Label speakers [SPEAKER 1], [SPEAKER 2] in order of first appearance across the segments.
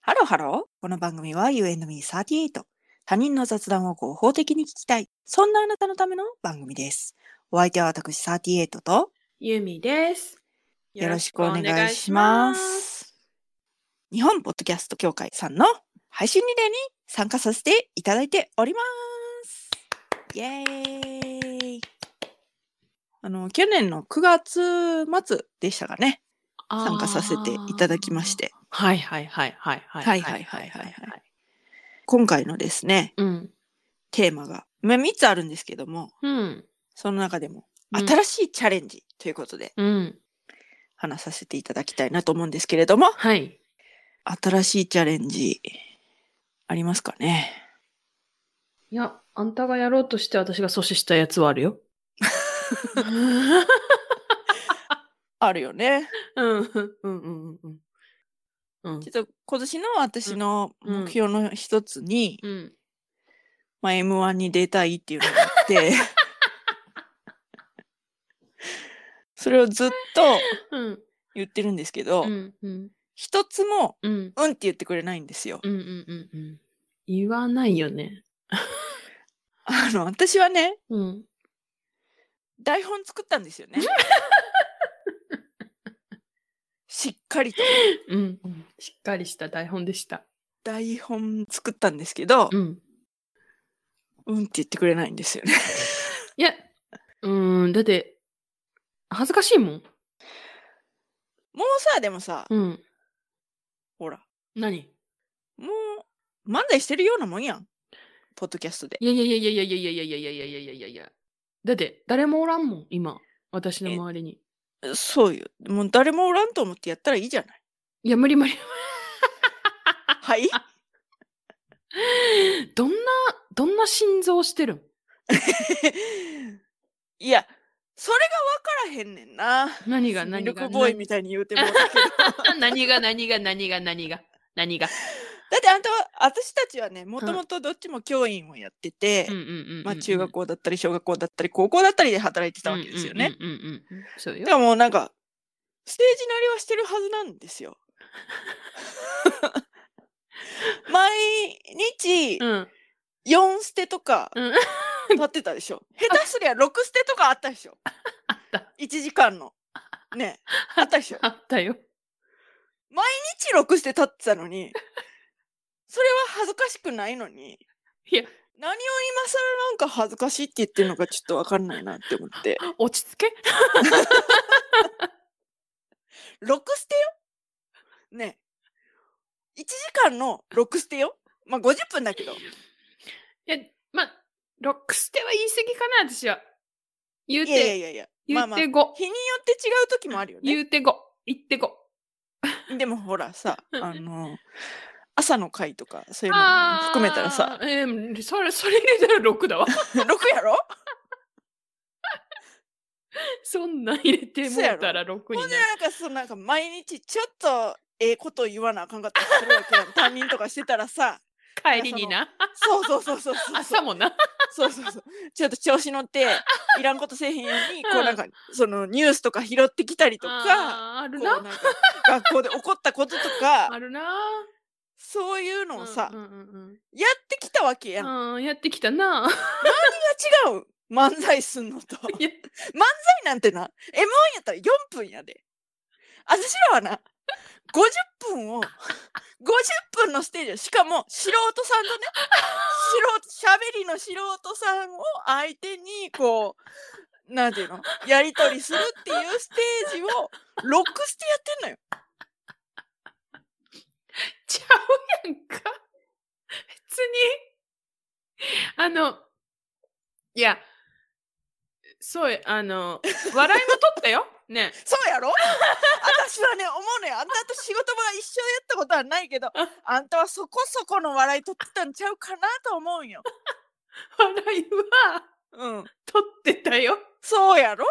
[SPEAKER 1] ハローハロー。この番組は You and me38。他人の雑談を合法的に聞きたい。そんなあなたのための番組です。お相手は私38と
[SPEAKER 2] ゆみです。
[SPEAKER 1] よろしくお願いします。日本ポッドキャスト協会さんの配信リレーに参加させていただいております。イエーイ。あの、去年の9月末でしたかね。参加させていただきまし。て。
[SPEAKER 2] はいはいはいはいはい。
[SPEAKER 1] はいはいはいはいはい。今回のですね、
[SPEAKER 2] うん。
[SPEAKER 1] テーマが、まあ、3つあるんですけども、
[SPEAKER 2] うん。
[SPEAKER 1] その中でも、
[SPEAKER 2] うん
[SPEAKER 1] 新しいチャレンジということで
[SPEAKER 2] うん。
[SPEAKER 1] 話させていただきたいなと思うんですけれども、
[SPEAKER 2] はい。
[SPEAKER 1] 新しいチャレンジ、ありますかね。
[SPEAKER 2] いや、あんたがやろうとして私が阻止したやつはあるよ。
[SPEAKER 1] あるよね。
[SPEAKER 2] うん。うんうんうんうん。うん
[SPEAKER 1] ちょっと今年の私の目標の一つに、
[SPEAKER 2] うん。
[SPEAKER 1] まあ、M1 に出たいっていうのがあって、それをずっと
[SPEAKER 2] うん。
[SPEAKER 1] 言ってるんですけど
[SPEAKER 2] う、ん。うん。
[SPEAKER 1] 一、つも、
[SPEAKER 2] うん。
[SPEAKER 1] うんって言ってくれないんですよ。
[SPEAKER 2] うん。うん。うん。言わないよね。
[SPEAKER 1] あの、私はね、
[SPEAKER 2] うん。
[SPEAKER 1] 台本作ったんですよ ね。しっかりと
[SPEAKER 2] うん。しっかりした台本でした。
[SPEAKER 1] 台本作ったんですけど、
[SPEAKER 2] うん。
[SPEAKER 1] うんって言ってくれないんですよね。
[SPEAKER 2] いや、うーん、だって、恥ずかしいもん。
[SPEAKER 1] もうさ、でもさ、
[SPEAKER 2] うん。
[SPEAKER 1] ほら、
[SPEAKER 2] 何
[SPEAKER 1] もう漫才してるようなもんやん。ポッドキャストで。
[SPEAKER 2] いやいやいやいやいやいやいやいやいやいやいやいやいや。だって、誰もおらんもん、今。私の周りに。
[SPEAKER 1] そうよ。もう誰もおらんと思ってやったらいいじゃない。
[SPEAKER 2] いや、無理無理。
[SPEAKER 1] はい。
[SPEAKER 2] どんな、どんな心臓してるん
[SPEAKER 1] いや、それがわからへんねんな。
[SPEAKER 2] 何が
[SPEAKER 1] ミ
[SPEAKER 2] 何
[SPEAKER 1] ル
[SPEAKER 2] が
[SPEAKER 1] クボーイみたいに言うてもらったけど。
[SPEAKER 2] 何が 何が何が何が何が。
[SPEAKER 1] だってあんたは、私たちはね、もともとどっちも教員をやってて、
[SPEAKER 2] うんうんうんうん。
[SPEAKER 1] まあ、中学校だったり小学校だったり高校だったりで働いてたわけですよね。
[SPEAKER 2] うんうんうんうんうん。そう
[SPEAKER 1] だ
[SPEAKER 2] よ
[SPEAKER 1] か。らもうなんかステージなりはしてるはずなんです よ。毎日
[SPEAKER 2] うん。
[SPEAKER 1] 4捨てとか
[SPEAKER 2] うん
[SPEAKER 1] 立ってたでしょ。下手すりゃ6捨てとかあったでしょ。
[SPEAKER 2] あった。
[SPEAKER 1] 1時間の。ねあったでしょ。
[SPEAKER 2] あったよ。
[SPEAKER 1] 1、6捨て立ってたのに、それは恥ずかしくないのに、
[SPEAKER 2] いや、
[SPEAKER 1] 何を今更なんか恥ずかしいって言ってるのかちょっとわかんないなって思って。
[SPEAKER 2] 落ち着け。
[SPEAKER 1] 6捨てよねえ1時間の6捨てよまあ50分だけど
[SPEAKER 2] いや、まあ、ロックステは言い過ぎかな、私は。言う
[SPEAKER 1] い
[SPEAKER 2] て、
[SPEAKER 1] やいやいやいやま
[SPEAKER 2] 言
[SPEAKER 1] あ
[SPEAKER 2] う
[SPEAKER 1] まあ
[SPEAKER 2] て
[SPEAKER 1] 日
[SPEAKER 2] ご、
[SPEAKER 1] によって違う時もあるよね
[SPEAKER 2] 言うてご、言ってご。
[SPEAKER 1] でもほら さあの朝の会とかそういうのも
[SPEAKER 2] あー
[SPEAKER 1] 含めたらさ。
[SPEAKER 2] えーそれ、それ入れたら6だわ。
[SPEAKER 1] 6やろ
[SPEAKER 2] そんなん入れてもうたら6に
[SPEAKER 1] ほ
[SPEAKER 2] なんる
[SPEAKER 1] で。なんかそうなんか毎日ちょっとええこと言わなあかんかったりするわ けやん担任とかしてたらさ
[SPEAKER 2] 帰りにな。
[SPEAKER 1] そうそうそうそうそうそ
[SPEAKER 2] 朝
[SPEAKER 1] う
[SPEAKER 2] もな。
[SPEAKER 1] そうそうそうちょっと調子乗 っていらんことせえへんようにこ
[SPEAKER 2] う
[SPEAKER 1] うんなんかそのニュースとか拾ってきたりとか。
[SPEAKER 2] あーある
[SPEAKER 1] こうなん
[SPEAKER 2] な。
[SPEAKER 1] か学校で起こったこととか
[SPEAKER 2] あるな。
[SPEAKER 1] そういうのをさ、
[SPEAKER 2] うんうんうん
[SPEAKER 1] やってきたわけやん。
[SPEAKER 2] う
[SPEAKER 1] が
[SPEAKER 2] んうん、やってきたな。
[SPEAKER 1] 違う漫才すんのと。漫
[SPEAKER 2] いや
[SPEAKER 1] 才なんてな M1 やったら4分やで。あずしらはな50分を50分のステージをしかも素人さんとね素人しゃべりの素人さんを相手にこうなんていうのやり取りするっていうステージをロックステやってんのよ。
[SPEAKER 2] ちゃうやんか。別に。あの、いや、そうや、あの、笑いも取ったよ。 ね。
[SPEAKER 1] そうやろ私はね思うのよあんたと仕事場が一緒やったことはないけどあんたはそこそこの笑い取ってたんちゃうかなと思うんよ。
[SPEAKER 2] 笑いは
[SPEAKER 1] うん、
[SPEAKER 2] 取ってたよ。
[SPEAKER 1] そうやろ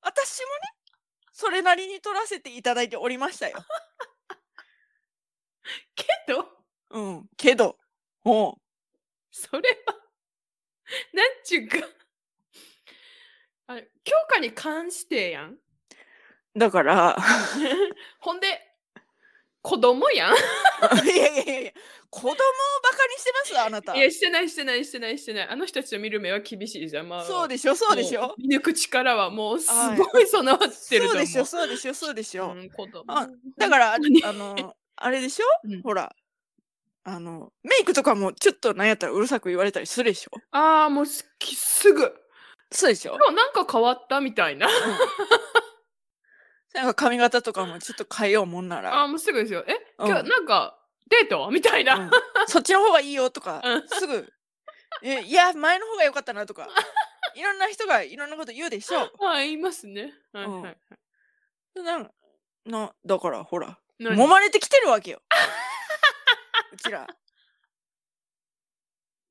[SPEAKER 1] 私もねそれなりに取らせていただいておりましたよ。
[SPEAKER 2] けど、
[SPEAKER 1] うん、けどおう
[SPEAKER 2] それは、なんちゅうか、あれ、教科に関してやん。
[SPEAKER 1] だから
[SPEAKER 2] ほんで、子供やん。
[SPEAKER 1] いやいやいやいや子供をバカにしてますあなた
[SPEAKER 2] いや、してない、してない、してない、してない。あの人たちを見る目は厳しいじゃん。まあ、
[SPEAKER 1] そうでしょそうでし
[SPEAKER 2] も
[SPEAKER 1] ょ
[SPEAKER 2] う見抜く力はもうすごい備わってると
[SPEAKER 1] そう
[SPEAKER 2] 思う。
[SPEAKER 1] でしょそうでしょそうでしょ、
[SPEAKER 2] うん、子供。
[SPEAKER 1] あだからあ
[SPEAKER 2] 何
[SPEAKER 1] のあれでしょ、
[SPEAKER 2] うん
[SPEAKER 1] ほらあのメイクとかもちょっとなんやったらうるさく言われたりするでしょ
[SPEAKER 2] ああ、もうすきすぐ。
[SPEAKER 1] そうでしょ
[SPEAKER 2] 今日なんか変わったみたいな。
[SPEAKER 1] なんか髪型とかもちょっと変えようもんな
[SPEAKER 2] あ
[SPEAKER 1] ら
[SPEAKER 2] あ、、もうすぐですよ。え
[SPEAKER 1] うん
[SPEAKER 2] 今日なんかデートみたいな。
[SPEAKER 1] うんそっちの方がいいよとか
[SPEAKER 2] うん
[SPEAKER 1] すぐえいや前の方が良かったなと かいろんな人がいろんなこと言うでしょ
[SPEAKER 2] ああ、言いますね。はいはいはい。
[SPEAKER 1] なんなだからほら
[SPEAKER 2] 何
[SPEAKER 1] 揉まれてきてるわ けようちら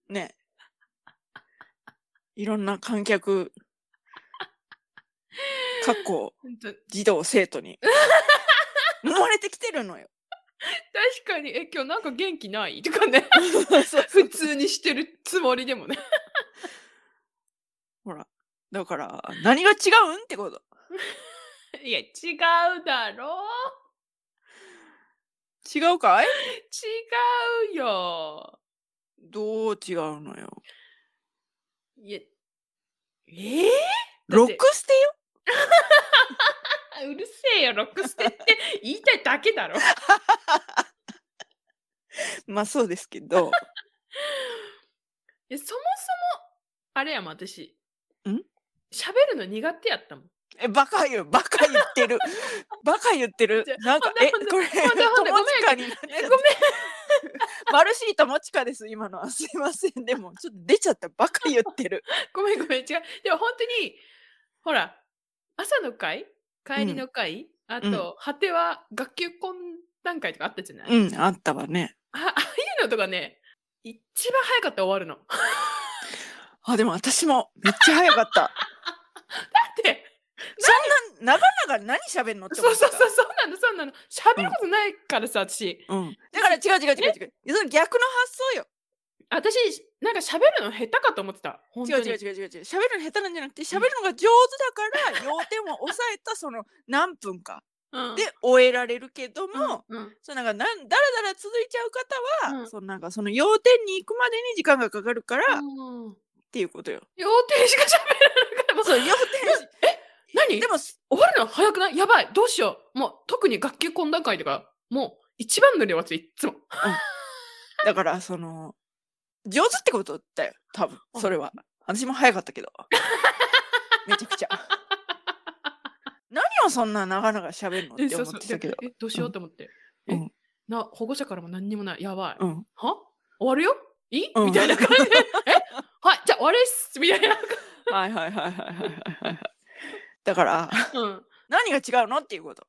[SPEAKER 1] ねいろんな観客かっこ
[SPEAKER 2] 本当
[SPEAKER 1] 児童生徒 に揉まれてきてるのよ
[SPEAKER 2] 確かに、え、今日なんか元気ないとかね。
[SPEAKER 1] そうそう
[SPEAKER 2] 普通にしてるつもりでもね。
[SPEAKER 1] ほらだから何が違うんってこと
[SPEAKER 2] いや、違うだろ
[SPEAKER 1] 違うかい
[SPEAKER 2] 違うよ。
[SPEAKER 1] どう違うのよ
[SPEAKER 2] いや、えだ
[SPEAKER 1] ロ
[SPEAKER 2] っ
[SPEAKER 1] ッ
[SPEAKER 2] て
[SPEAKER 1] クステよ
[SPEAKER 2] ー、うるせえよ、ロックス テって言いたいだけだろ。
[SPEAKER 1] まあそうですけ ど
[SPEAKER 2] いやそもそもあれやもん私
[SPEAKER 1] ん
[SPEAKER 2] 喋るの苦手やったもん。
[SPEAKER 1] えバカ言うバカ言ってるバカ言ってる
[SPEAKER 2] じゃ
[SPEAKER 1] なんか
[SPEAKER 2] ほんで
[SPEAKER 1] え
[SPEAKER 2] ほんで
[SPEAKER 1] これ
[SPEAKER 2] ほんでほんでごめ
[SPEAKER 1] 友
[SPEAKER 2] ん
[SPEAKER 1] 近になっちゃっ
[SPEAKER 2] え
[SPEAKER 1] た
[SPEAKER 2] ごめん
[SPEAKER 1] マルシータモチカです、今のは。 すいません。でも、ちょっと出ちゃった。バカ言ってる。
[SPEAKER 2] ごめんごめん違う。でも本当にほら朝の会帰りの会、あと、
[SPEAKER 1] うん
[SPEAKER 2] 果ては学級懇談会とかあったじゃない、
[SPEAKER 1] うん、あったわね。
[SPEAKER 2] あああいうのとかね一番早かったら終わるの。 だ
[SPEAKER 1] あ、でも私もめっちゃ早かった。
[SPEAKER 2] って
[SPEAKER 1] そんな、長々何喋んのって
[SPEAKER 2] そ
[SPEAKER 1] 思
[SPEAKER 2] う
[SPEAKER 1] っ
[SPEAKER 2] そ
[SPEAKER 1] た。
[SPEAKER 2] うそうそうなのそうなの喋ることないからさ、私
[SPEAKER 1] うん。だから違う違う違う違う。いやその逆の発想よ。
[SPEAKER 2] 私なんか喋るの下手かと思ってた本当
[SPEAKER 1] 違う
[SPEAKER 2] に
[SPEAKER 1] 違う違う違う違う。喋るの下手なんじゃなくて、喋るのが上手だから、要点を抑えたその何分か
[SPEAKER 2] うん
[SPEAKER 1] で終えられるけども、
[SPEAKER 2] うんうん
[SPEAKER 1] そうなんかなんだらだら続いちゃう方は、
[SPEAKER 2] うん
[SPEAKER 1] そのなんかその要点に行くまでに時間がかかるから、っ
[SPEAKER 2] うん
[SPEAKER 1] ていうことよ。
[SPEAKER 2] 要点しか喋らないからもう
[SPEAKER 1] そう、要点し。
[SPEAKER 2] 何
[SPEAKER 1] でも、
[SPEAKER 2] 終わるの早くないやばいどうしようもう特に学級懇談会とかもう一番乗り終わっていっつも
[SPEAKER 1] だからその上手ってことだよ多分
[SPEAKER 2] あ
[SPEAKER 1] それは私も早かった けどめちゃくちゃ何をそんな長々喋るのって思ってたけど
[SPEAKER 2] えどうしようと思って、
[SPEAKER 1] うん
[SPEAKER 2] え
[SPEAKER 1] うん
[SPEAKER 2] な保護者からも何にもないやばい、
[SPEAKER 1] うん
[SPEAKER 2] は終わるよいい、
[SPEAKER 1] うん
[SPEAKER 2] みたいな感じでえはいじゃあ終わりっすみたいな、
[SPEAKER 1] はいはいはいはいはいはいはいだから
[SPEAKER 2] うん、
[SPEAKER 1] 何が違うのっていう こと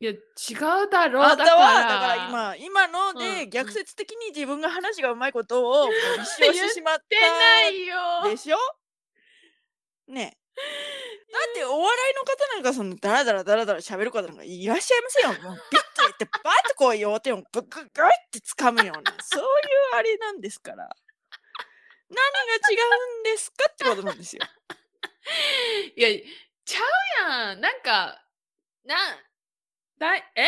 [SPEAKER 2] いや違うだろう
[SPEAKER 1] あんたは
[SPEAKER 2] だ
[SPEAKER 1] だか
[SPEAKER 2] か
[SPEAKER 1] らら今今の
[SPEAKER 2] うんう
[SPEAKER 1] で
[SPEAKER 2] ん
[SPEAKER 1] 逆説的に自分が話がうまいことをこう立証してしまっ
[SPEAKER 2] 言ってな
[SPEAKER 1] た
[SPEAKER 2] いよ
[SPEAKER 1] でしょねえだってお笑いの方なんかそのダラダラダラダラ喋る方なんかいらっしゃいませんよ。もうビッと言ってバッとこう要点をグググって掴むようなそういうあれなんですから。何が違うんですかってことなんですよ。
[SPEAKER 2] いやちゃうやんなんかなんだいえ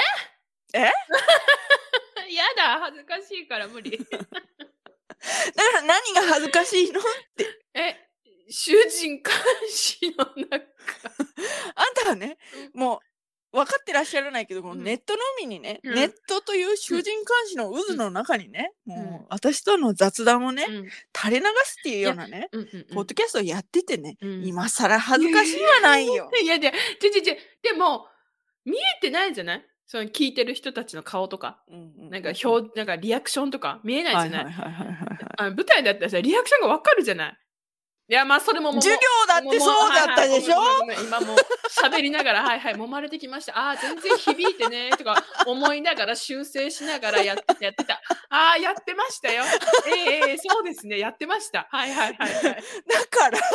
[SPEAKER 1] え
[SPEAKER 2] やだ恥ずかしいから無理
[SPEAKER 1] だから何が恥ずかしいの
[SPEAKER 2] え、囚人監視の中。
[SPEAKER 1] あんたはねもう分かってらっしゃらないけど、この
[SPEAKER 2] うん
[SPEAKER 1] ネットのみにね、
[SPEAKER 2] うん
[SPEAKER 1] ネットという囚人監視の渦の中にね、
[SPEAKER 2] ん
[SPEAKER 1] もう私との雑談をね、
[SPEAKER 2] うん、
[SPEAKER 1] 垂れ流すっていうようなね、
[SPEAKER 2] うん、うん。
[SPEAKER 1] ポッドキャストをやっててね、
[SPEAKER 2] うん
[SPEAKER 1] 今更恥ずかしいはない よ。
[SPEAKER 2] いやいや、ちょちょちょ、でも、見えてないじゃないその聞いてる人たちの顔とか、なんか
[SPEAKER 1] 表
[SPEAKER 2] 表、なんかリアクションとか見えないじゃない,、
[SPEAKER 1] はいはいはいはいはいはい
[SPEAKER 2] あの舞台だったらさ、リアクションがわかるじゃないいや、まあ、それももう
[SPEAKER 1] 授業だってそうだったでしょ
[SPEAKER 2] もうもうはいはいごめんごめんごめん今もう喋りながら、はいはい、揉まれてきました。ああー、全然響いてね、とか思いながら修正しながらややってた。ああ、やってましたよ。ええええそうですね、やってました。はいはいはい、はい。
[SPEAKER 1] だから意味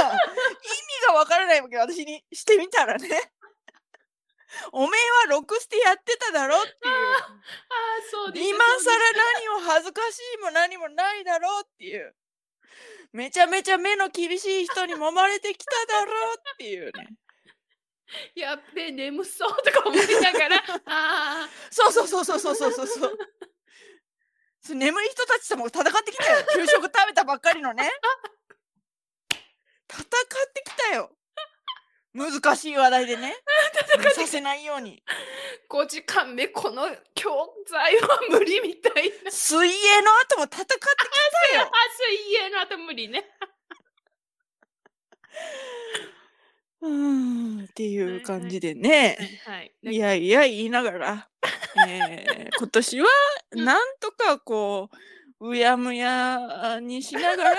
[SPEAKER 1] がわからないわけよ私にしてみたら ねおめえはロクステやってただろって
[SPEAKER 2] ああ、そうで
[SPEAKER 1] い
[SPEAKER 2] す
[SPEAKER 1] う今更何を恥ずかしいも何もないだろうっていうめちゃめちゃ目の厳しい人に揉まれてきただろうっていうね
[SPEAKER 2] やっべえ眠そうとか思いながらあ
[SPEAKER 1] そうそうそうそうそうそうそうそう。そう眠い人たちとも戦ってきたよ。給食食べたばっかりのね。戦ってきたよ。難しい話題でね。戦させないように。
[SPEAKER 2] ー5時間目この教材は無理みたいな
[SPEAKER 1] 水泳の後も戦ってきたよ。
[SPEAKER 2] 朝家の後無理ね
[SPEAKER 1] うーんっていう感じでね。
[SPEAKER 2] はい
[SPEAKER 1] いやいや言いながら、えー今年 は
[SPEAKER 2] うん
[SPEAKER 1] なんとかこう、うやむやにしな がら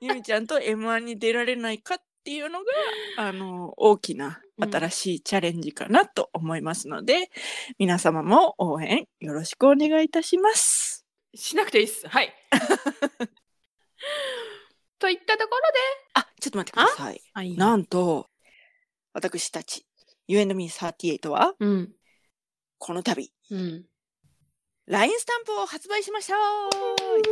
[SPEAKER 1] ゆみちゃんと m 1に出られないかっていうのがあの大きな
[SPEAKER 2] うん
[SPEAKER 1] 新しいチャレンジかなと思いますので、皆様も応援よろしくお願いいたします。
[SPEAKER 2] しなくていいっす はいといったところで
[SPEAKER 1] あちょっと待ってください。
[SPEAKER 2] あい
[SPEAKER 1] なんと私たち U&Me38 は
[SPEAKER 2] うん
[SPEAKER 1] この度
[SPEAKER 2] うん、
[SPEAKER 1] LINE スタンプを発売しました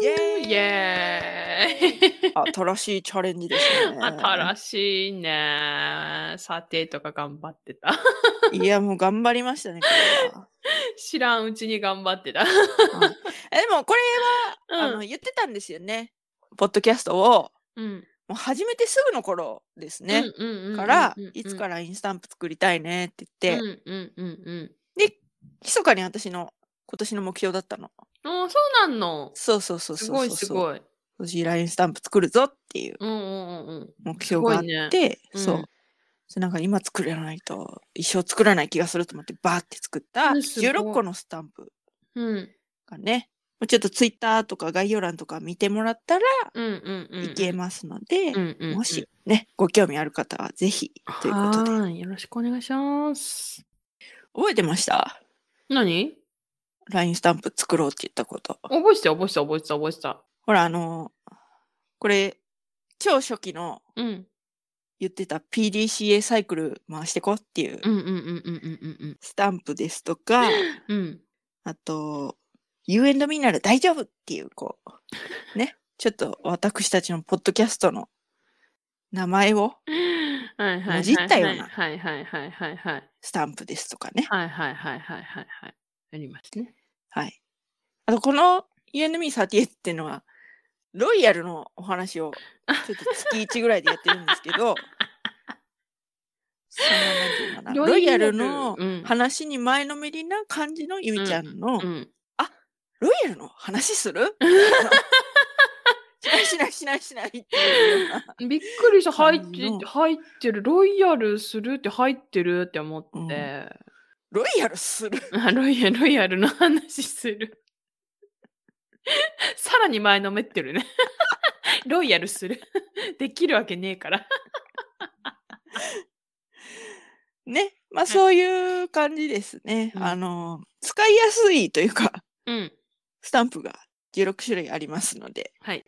[SPEAKER 1] イエーイ
[SPEAKER 2] イエーイ
[SPEAKER 1] 新しいチャレンジですね。
[SPEAKER 2] 新しいね査定とか頑張ってた
[SPEAKER 1] いや、もう頑張りましたね、これは。
[SPEAKER 2] 知らんうちに頑張ってた、
[SPEAKER 1] えでも、これは、あの
[SPEAKER 2] う
[SPEAKER 1] 言ってたんですよね。ポッドキャストを、
[SPEAKER 2] ん、うん
[SPEAKER 1] もう始めてすぐの頃ですね。
[SPEAKER 2] うんうんうんうんうん
[SPEAKER 1] から、いつかららインスタンプ作りたいねって言って、
[SPEAKER 2] うんうんうん
[SPEAKER 1] 密かに私の今年の目標だったの。
[SPEAKER 2] うん。あそうなんの。
[SPEAKER 1] そうそうそうそうそう。
[SPEAKER 2] すごいす
[SPEAKER 1] い。
[SPEAKER 2] ごい。
[SPEAKER 1] 今年 LINE スタンプ作るぞっていう
[SPEAKER 2] うんうんうんうん。
[SPEAKER 1] 目標があっ
[SPEAKER 2] す
[SPEAKER 1] て、
[SPEAKER 2] うん
[SPEAKER 1] そう。それなんか今作らないと一生作らない気がすると思ってバーって作った
[SPEAKER 2] うんすごい
[SPEAKER 1] 16個のスタンプ
[SPEAKER 2] うん
[SPEAKER 1] がね、もうちょっとツイッターとか概要欄とか見てもらったら
[SPEAKER 2] うんうんうん。
[SPEAKER 1] いけますので、
[SPEAKER 2] うんうんうん。
[SPEAKER 1] もしね、ご興味ある方はぜひということで。
[SPEAKER 2] はーいよろしくお願いします。
[SPEAKER 1] 覚えてました
[SPEAKER 2] 何
[SPEAKER 1] ?LINE スタンプ作ろうって言ったこと。
[SPEAKER 2] 覚えてた覚えてた覚えてた覚えてた。
[SPEAKER 1] ほら、あの、これ、超初期の
[SPEAKER 2] うん
[SPEAKER 1] 言ってた PDCA サイクル回してこっていう
[SPEAKER 2] うんうんうんうんうんうん
[SPEAKER 1] スタンプですとか、
[SPEAKER 2] うんうん。
[SPEAKER 1] あと、You and me なら大丈夫っていう、こう、ね、ちょっと私たちのポッドキャストの名前を
[SPEAKER 2] はいはいはいはい。
[SPEAKER 1] もじったような
[SPEAKER 2] はいはいはいはいはい。
[SPEAKER 1] スタンプですとかね。
[SPEAKER 2] はいはいはいはいはいはい。ありますね。
[SPEAKER 1] はい。あと、この UNME38 っていうのは、ロイヤルのお話をちょっと月1ぐらいでやってるんですけ ど、そのなんていうのかなロイヤルの
[SPEAKER 2] うん
[SPEAKER 1] 話に前のめりな感じのゆみちゃんの、
[SPEAKER 2] うん。
[SPEAKER 1] ロイヤルの話す るしないしないしないしないっていうような。
[SPEAKER 2] びっくりした。入っ
[SPEAKER 1] 感じの
[SPEAKER 2] て、入ってる。ロイヤルするって入ってるって思って。
[SPEAKER 1] ロイヤルする
[SPEAKER 2] あロイヤル、ロイヤルの話す る。さらに前のめって るね。ロイヤルする。できるわけねえから。
[SPEAKER 1] ね。まあそういう感じですね。
[SPEAKER 2] うん
[SPEAKER 1] あの、使いやすいというか、
[SPEAKER 2] うん。
[SPEAKER 1] スタンプが16種類ありますので、
[SPEAKER 2] はい。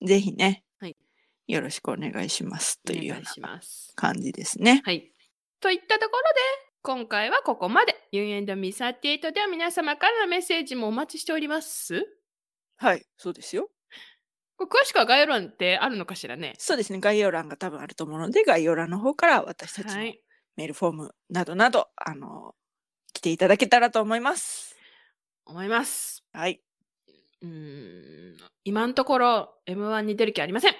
[SPEAKER 1] ぜひね、
[SPEAKER 2] はい
[SPEAKER 1] よろしくお願いしますという
[SPEAKER 2] お
[SPEAKER 1] よ
[SPEAKER 2] 願
[SPEAKER 1] う
[SPEAKER 2] いし
[SPEAKER 1] な
[SPEAKER 2] ます。
[SPEAKER 1] 感じですね。
[SPEAKER 2] はい。といったところで、今回はここまで。You&Me38 では皆様からのメッセージもお待ちしております。
[SPEAKER 1] はい、そうですよ。
[SPEAKER 2] これ詳しくは概要欄ってあるのかしらね。
[SPEAKER 1] そうですね、概要欄が多分あると思うので、概要欄の方から私たちの
[SPEAKER 2] はい。
[SPEAKER 1] メールフォームなどなど、あの、来ていただけたらと思います。
[SPEAKER 2] 思います。
[SPEAKER 1] はい。
[SPEAKER 2] うーん今のところ M1 に出る気ありません。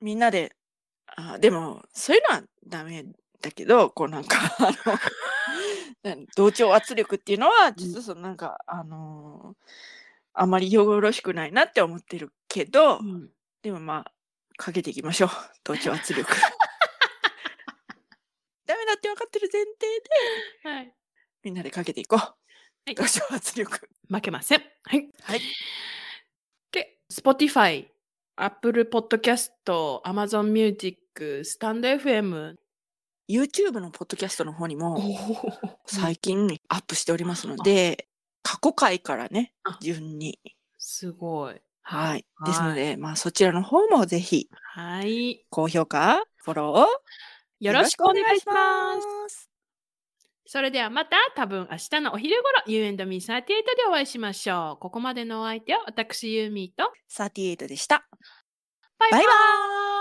[SPEAKER 1] みんなで、あでも、そういうのはダメだけど、こうなんか、あ の、なん同調圧力っていうのは、実はそのなんか、あのあまりよろしくないなって思ってるけど、でもまあ、かけていきましょう。 同調圧力。ダメだって分かってる前提で、
[SPEAKER 2] はい、
[SPEAKER 1] みんなでかけていこう。
[SPEAKER 2] い
[SPEAKER 1] 同調圧力。
[SPEAKER 2] 負けません。はい。
[SPEAKER 1] はい。
[SPEAKER 2] で、Spotify、Apple Podcast、Amazon Music、StandFM。
[SPEAKER 1] YouTube のポッドキャストの方にも、
[SPEAKER 2] 最
[SPEAKER 1] 最近アップしておりますので、過去回からね
[SPEAKER 2] あ、
[SPEAKER 1] 順に。
[SPEAKER 2] すごい。
[SPEAKER 1] はい。
[SPEAKER 2] はい
[SPEAKER 1] ですので、まあ、そちらの方もぜひ、
[SPEAKER 2] はい。
[SPEAKER 1] 高評価、フォローを
[SPEAKER 2] よろしくお願いします。
[SPEAKER 1] す。
[SPEAKER 2] それではまた、多分明日のお昼頃、You and Me38 でお会いしましょう。ここまでのお相手は私、ユーミーと、
[SPEAKER 1] 38でした。
[SPEAKER 2] バイバ
[SPEAKER 1] バイバ
[SPEAKER 2] イ
[SPEAKER 1] ーイ